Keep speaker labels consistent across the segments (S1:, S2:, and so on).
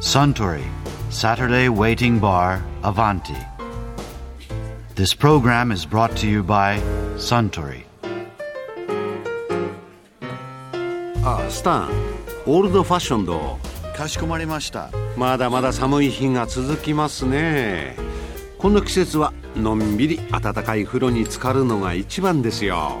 S1: Suntory Saturday Waiting Bar Avanti. This program is brought to you by Suntory.
S2: ああスタンオールドファッションドまだまだ寒い日が続きますねこの季節はのんびり暖かい風呂に浸かるのが一番ですよ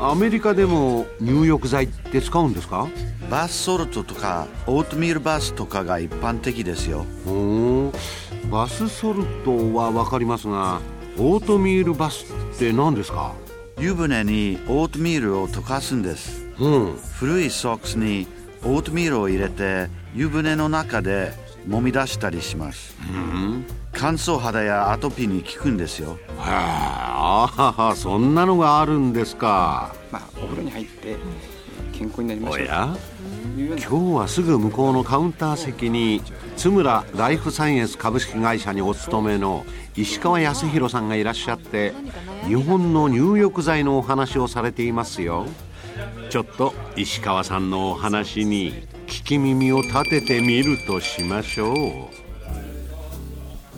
S2: アメリカでも入浴剤って使うんですか
S1: はい。バスソルトとかオートミールバスとかが一般的ですよ。
S2: ふーんバスソルトは分かりますがオートミールバスって何ですか
S1: 湯船にオートミールを溶かすんです
S2: うん
S1: 古いソックスにオートミールを入れて湯船の中で揉み出したりします、乾燥肌やアトピーに効くんですよ
S2: へえあははそんなのがあるんですか
S3: まあ、お風呂に入って健康になりましょ
S2: お
S3: う
S2: や
S3: というような
S2: 今日はすぐ向こうのカウンター席に津村ライフサイエンス株式会社にお勤めの石川康弘さんがいらっしゃって日本の入浴剤のお話をされていますよちょっと石川さんのお話に聞き耳を立ててみるとしましょう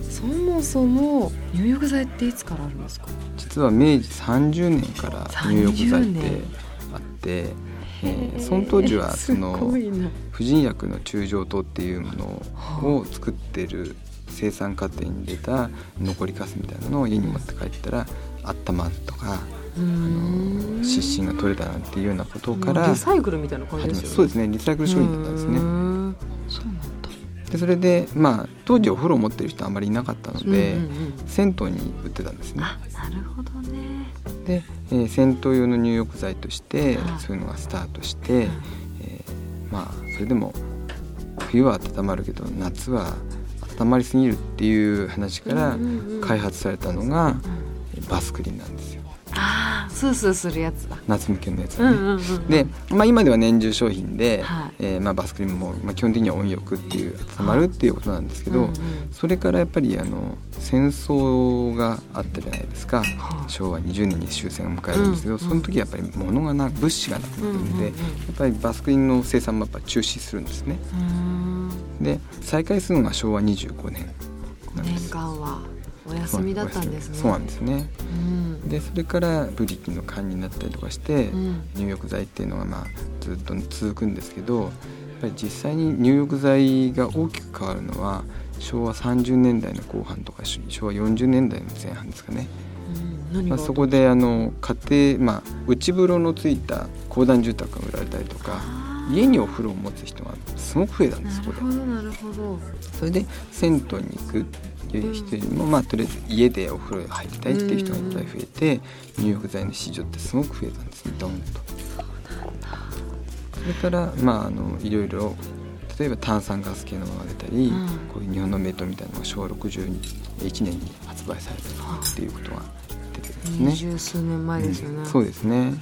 S4: そもそも入浴剤っていつからあるんですか
S3: 実は明治30年から入浴剤って
S4: 30
S3: あって、えーその当時はそ
S4: す
S3: の
S4: ごいな
S3: 婦人薬の中上糖っていうものを作ってる生産過程に出た残りカスみたいなのを家に持って帰ったら温まるとか
S4: うーん
S3: 湿疹が取れたなんていうようなことか
S4: もう
S3: ら
S4: リサイクルみたいな感じですよね
S3: そうですねリサイクル商品だったんです
S4: うー
S3: ね。
S4: んそうなんだ
S3: でそれでまあ当時お風呂を持ってる人あまりいなかったので、
S4: うんうんうん
S3: 銭湯に売ってたんですね。
S4: あなるほどね
S3: で、えー銭湯用の入浴剤として
S4: はい
S3: そういうのがスタートして、
S4: うん
S3: えーまあそれでも冬は温まるけど夏は温まりすぎるっていう話から
S4: うんうんうん
S3: 開発されたのがえーバスクリンなんですよ
S4: あースースーするやつだ
S3: 夏向けのやつ
S4: うん
S3: ね。
S4: うんうん
S3: で、まあ、今では年中商品で、
S4: はい
S3: えーまあ、バスクリンも、まあ、基本的には温浴っていう温まるっていうことなんですけど、
S4: うんうん
S3: それからやっぱりあの戦争があったじゃないですか、
S4: はあ
S3: 昭和20年に終戦を迎えるんですけど、
S4: うん
S3: その時やっぱり物がな物資がなくなってるんで、
S4: うんうんうん
S3: やっぱりバスクリンの生産もやっぱ中止するんですね
S4: うーん
S3: で再開するのが昭和25年
S4: 5年間はお
S3: そ
S4: 休
S3: う
S4: みだったんですね
S3: そうなんですね
S4: うん
S3: でそれからブリキの缶になったりとかして、
S4: うん
S3: 入浴剤っていうのがまあずっと続くんですけどやっぱり実際に入浴剤が大きく変わるのは昭和30年代の後半とかし昭和40年代の前半ですかね、
S4: うん何
S3: ま
S4: が
S3: あ、そこであの家庭、まあ、内風呂のついた公団住宅が売られたりとか
S4: あー
S3: 家にお風呂を持つ人がすごく増えたんで
S4: な
S3: す
S4: る
S3: そこで
S4: ほどなるほど
S3: それで銭湯に行くっていう人よりも、まあ、とりあえず家でお風呂に入りたいっていう人がいっぱい増えて、入浴剤の市場ってすごく増えたんですねドンと。それから、まあ、あのいろいろ例えば炭酸ガス系のものが出たり、
S4: うん
S3: こういう日本のメイトみたいなのが昭和61年に発売されたとかっていうことが出てるん
S4: 二
S3: ですね。
S4: 十数年前ですよね、
S3: うんそうですね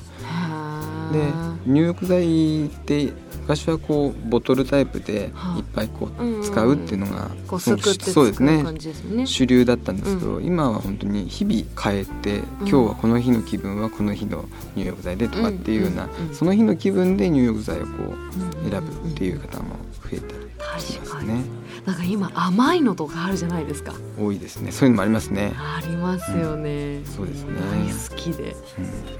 S3: で入浴剤って昔はこうボトルタイプでいっぱいこ
S4: はいう
S3: 使うっていうのが
S4: こう
S3: そ
S4: す
S3: の
S4: くって
S3: そう
S4: 作
S3: で
S4: る
S3: すね
S4: 感じですね
S3: 主流だったんですけど、今は本当に日々変えて今日はこの日の気分はこの日の入浴剤でとかっていうような、
S4: うんうんうん
S3: その日の気分で入浴剤をこう選
S4: 選
S3: ぶっていう方も増えたりします
S4: 確か
S3: ね
S4: に。なんか今甘いのとかあるじゃないですか
S3: 多いですね。そういうのもありますね。
S4: ありますよね、
S3: そうですね
S4: 大好き で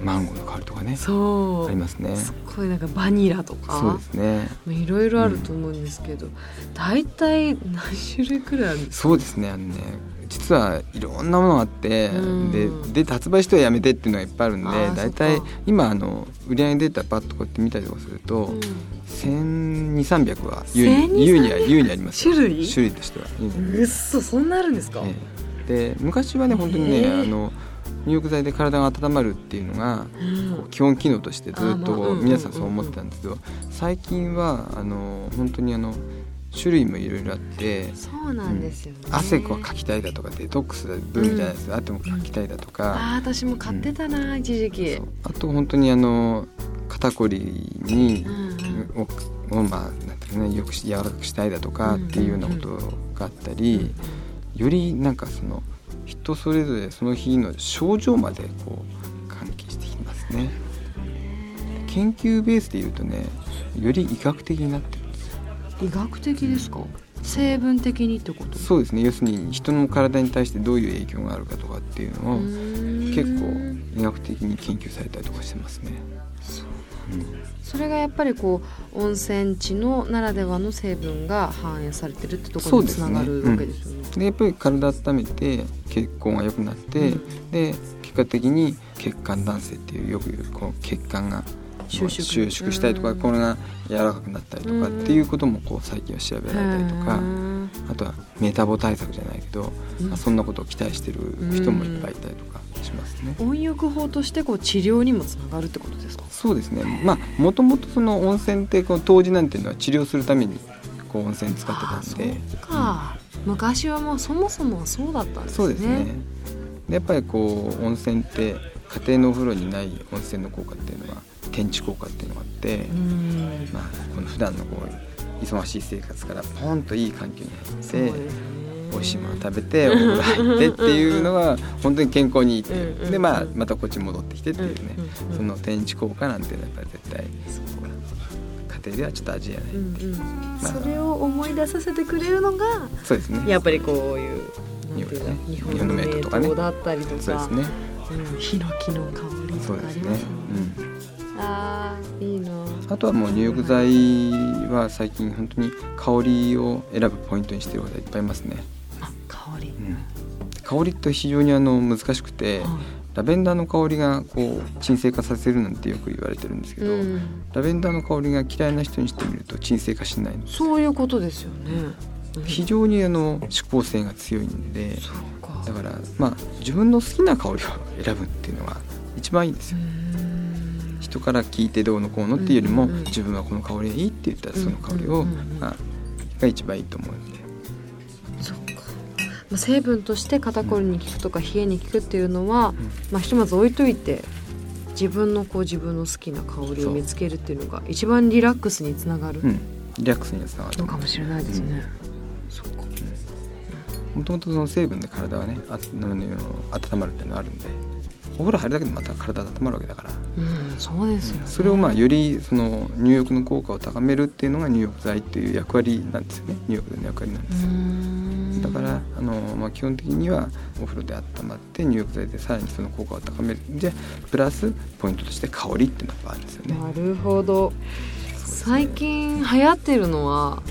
S3: うんマンゴーの香りとかね。
S4: そう
S3: ありますね。
S4: すっごいなんかバニラと
S3: そう
S4: か
S3: ですね。
S4: まあいろいろあると思うんですけど、大体何種類くらいあるんですか
S3: そうですね。あのね。実はいろんなものがあって、
S4: うん
S3: でで発売してはやめてっていうのがいっぱいあるんで
S4: あー
S3: だいたい
S4: そっか
S3: 今あの売り上げデータパッとこうやって見たりとかすると、
S4: うん
S3: 千二三百は優に
S4: 1200
S3: 優には優にありますよ
S4: 種類
S3: 種類としては、優に
S4: うっそそんなあるんですか、
S3: ええで昔はね本当にね、
S4: ええ
S3: あの入浴剤で体が温まるっていうのが、こう基本機能としてず
S4: あ
S3: っ
S4: まあうん
S3: と
S4: うん
S3: 皆さんそう思ってたんですけど最近はあの本当にあの種類もいろいろあって
S4: そうなんですよね、
S3: 汗はかきたいだとかデトックスだブームじゃないですか、あってもかきたいだとか、
S4: あー私も買ってたな、一時期
S3: そうあと本当にあの肩こりに
S4: うんうん
S3: ををまあなんていうかねよくし柔らかくしたいだとかっていうようなことがあったり、よりなんかその人それぞれその日の症状までこう関係してきますね。研究ベースでいうとねより医学的になってるんですよ
S4: 医学的ですか、成分的にってこと
S3: そうですね要するに人の体に対してどういう影響があるかとかっていうのは結
S4: 結
S3: 構医学的に研究されたりとかしてますね
S4: それがやっぱりこう温泉地のならではの成分が反映されてるってところにつながるわけですよね。
S3: でやっぱり体温めて血行が良くなって、
S4: うん
S3: で結果的に血管弾性っていうよく言うこの血管が
S4: 収縮
S3: 収縮したりとか、
S4: うん
S3: これが柔らかくなったりとかっていうこともこう最近は調べられたりとか、あとはメタボ対策じゃないけど、
S4: うん
S3: まあ、そんなことを期待してる人もいっぱいいたりとかしますね。
S4: 温浴法としてこう治療にもつながるってことですか。
S3: そうですねまあもともとその温泉ってこの湯治なんていうのは治療するためにこう温泉使
S4: ああ
S3: ってたんで
S4: そうか、昔はもうそもそもそうだったんですね。
S3: そうですね。でやっぱりこう温泉って家庭のお風呂にない温泉の効果っていうのは天地効果っていうのがあって、
S4: うん。
S3: まあ、この普段のこう忙しい生活からポンといい環境に
S4: そ
S3: 入
S4: うで
S3: って
S4: すね
S3: 美味しいもの食べてお風呂入ってっていうのが本当に健康にいいっていう
S4: うんうん
S3: で、まあ、またこっちに戻ってきてっていうね
S4: うんうん
S3: その天地効果なんていうのはやっぱり絶対家庭ではちょっと味やない
S4: うんうん。
S3: まあ
S4: それを思い出させてくれるのが
S3: そうですね
S4: やっぱりこういう。なんていうか
S3: 日
S4: 日
S3: 本
S4: 本
S3: の
S4: の
S3: 名
S4: 名
S3: 刀
S4: 刀
S3: とかね
S4: だったりとか、
S3: そうですね
S4: うんヒノキの香り
S3: そ
S4: と
S3: う
S4: か
S3: で
S4: あ
S3: す
S4: り
S3: ね
S4: ますもんね。
S3: うん
S4: あーいいな
S3: あとはもう入浴剤は最近本当に香りを選ぶポイントにしてる方いっぱいいますね、
S4: あ香り、
S3: 香りって非常にあの難しくてラベンダーの香りがこう鎮静化させるなんてよく言われてるんですけど、
S4: うん、
S3: ラベンダーの香りが嫌いな人にしてみると鎮静化しないの
S4: そういうことですよね、うん
S3: 非常にあの指向性が強いんで
S4: そうか
S3: だからまあ自分の好きな香りを選ぶっていうのが一番いいですよ
S4: うん
S3: 人から聞いてどうのこうのっていうよりも
S4: うんうんうん
S3: 自分はこの香りがいいって言ったらその香り
S4: う
S3: を
S4: んうんうんうん
S3: まあが一番いいと思うんで。
S4: そうかまあ成分として肩こりに効くとか冷えに効くっていうのは、まあ、ひとまず置いといて自分のこう自分の好きな香りを見つけるっていうのが一番リラックスにつながる
S3: うん、リラックスにはつながると
S4: の
S3: 思
S4: か
S3: う
S4: もしれないですね、そっか
S3: もともとその成分で体はねあの温まるっていうのがあるんでお風呂入るだけでまた体温まるわけだから
S4: うんそうですよね、
S3: それをまあよりその入浴の効果を高めるっていうのが入浴剤っていう役割なんですよね入浴剤の役割なんです
S4: う
S3: よ
S4: ん
S3: だからあの、まあ、基本的にはお風呂で温まって入浴剤でさらにその効果を高めるでプラスポイントとして香りっていうのがあるんですよね
S4: なるほど、最近流行ってるのは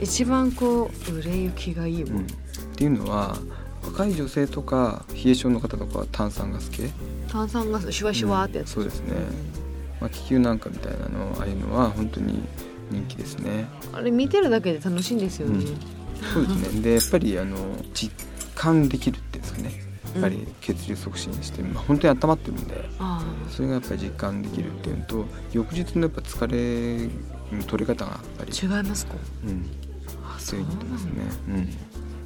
S4: 一番こう売れ行きがいい
S3: う
S4: も
S3: ん
S4: の、
S3: っていうのは若い女性とか冷え性の方とかは炭酸ガス系
S4: 炭酸ガスシュワシュワってやつ、
S3: そうですね、まあ、気球なんかみたいなのああいうのは本当に人気ですね
S4: あれ見てるだけで楽しいんですよね、
S3: そうです ねでやっぱりあの実感できるっていうんですかねやっぱり血流促進して、まあ、本当に温まってるんで
S4: あ
S3: それがやっぱり実感できるっていうのと翌日のやっぱ疲れの取れ方がやっぱり
S4: あ違いますか
S3: うん
S4: あ
S3: 強いってますね
S4: そうなん
S3: う
S4: だ
S3: ん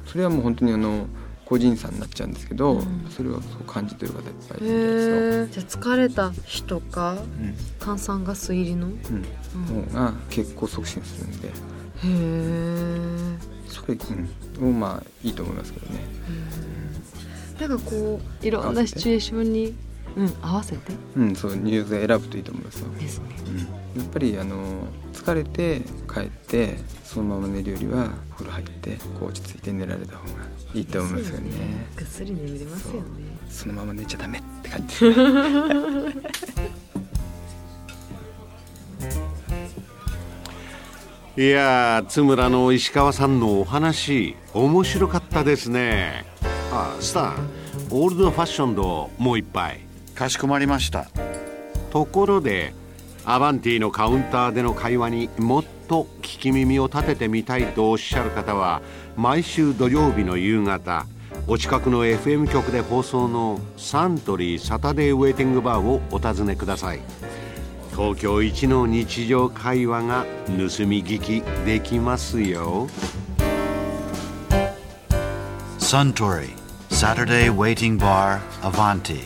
S3: それはもう本当にあの個人差になっちゃうんですけど、
S4: うん
S3: それをそう感じてる方いっぱいいるんですよ、
S4: へえじゃあ疲れた日とか炭酸ガス入りの、うん、へ
S3: うんうん、方が血行促進するんで
S4: え
S3: それ、うん、をまあいいと思いますけどね
S4: なんかこういろんなシチュエーションにうん合わせて
S3: うん、そう入浴剤選ぶといいと思いますよ、
S4: ですね
S3: やっぱりあの疲れて帰ってそのまま寝るよりはお風呂入ってこう落ち着いて寝られた方がいいと思いますよね
S4: ぐっすり眠れますよね
S3: そのまま寝ちゃダメって感じは
S2: いやー津村の石川さんのお話面白かったですねあスタンオールドファッションドもう一杯
S1: かしこまりました
S2: ところでアバンティのカウンターでの会話にもっと聞き耳を立ててみたいとおっしゃる方は毎週土曜日の夕方お近くの FM 局で放送のサントリーサタデーウェイティングバーをお尋ねください東京一の日常会話が盗み聞きできますよ
S1: Suntory, Saturday Waiting Bar, Avanti.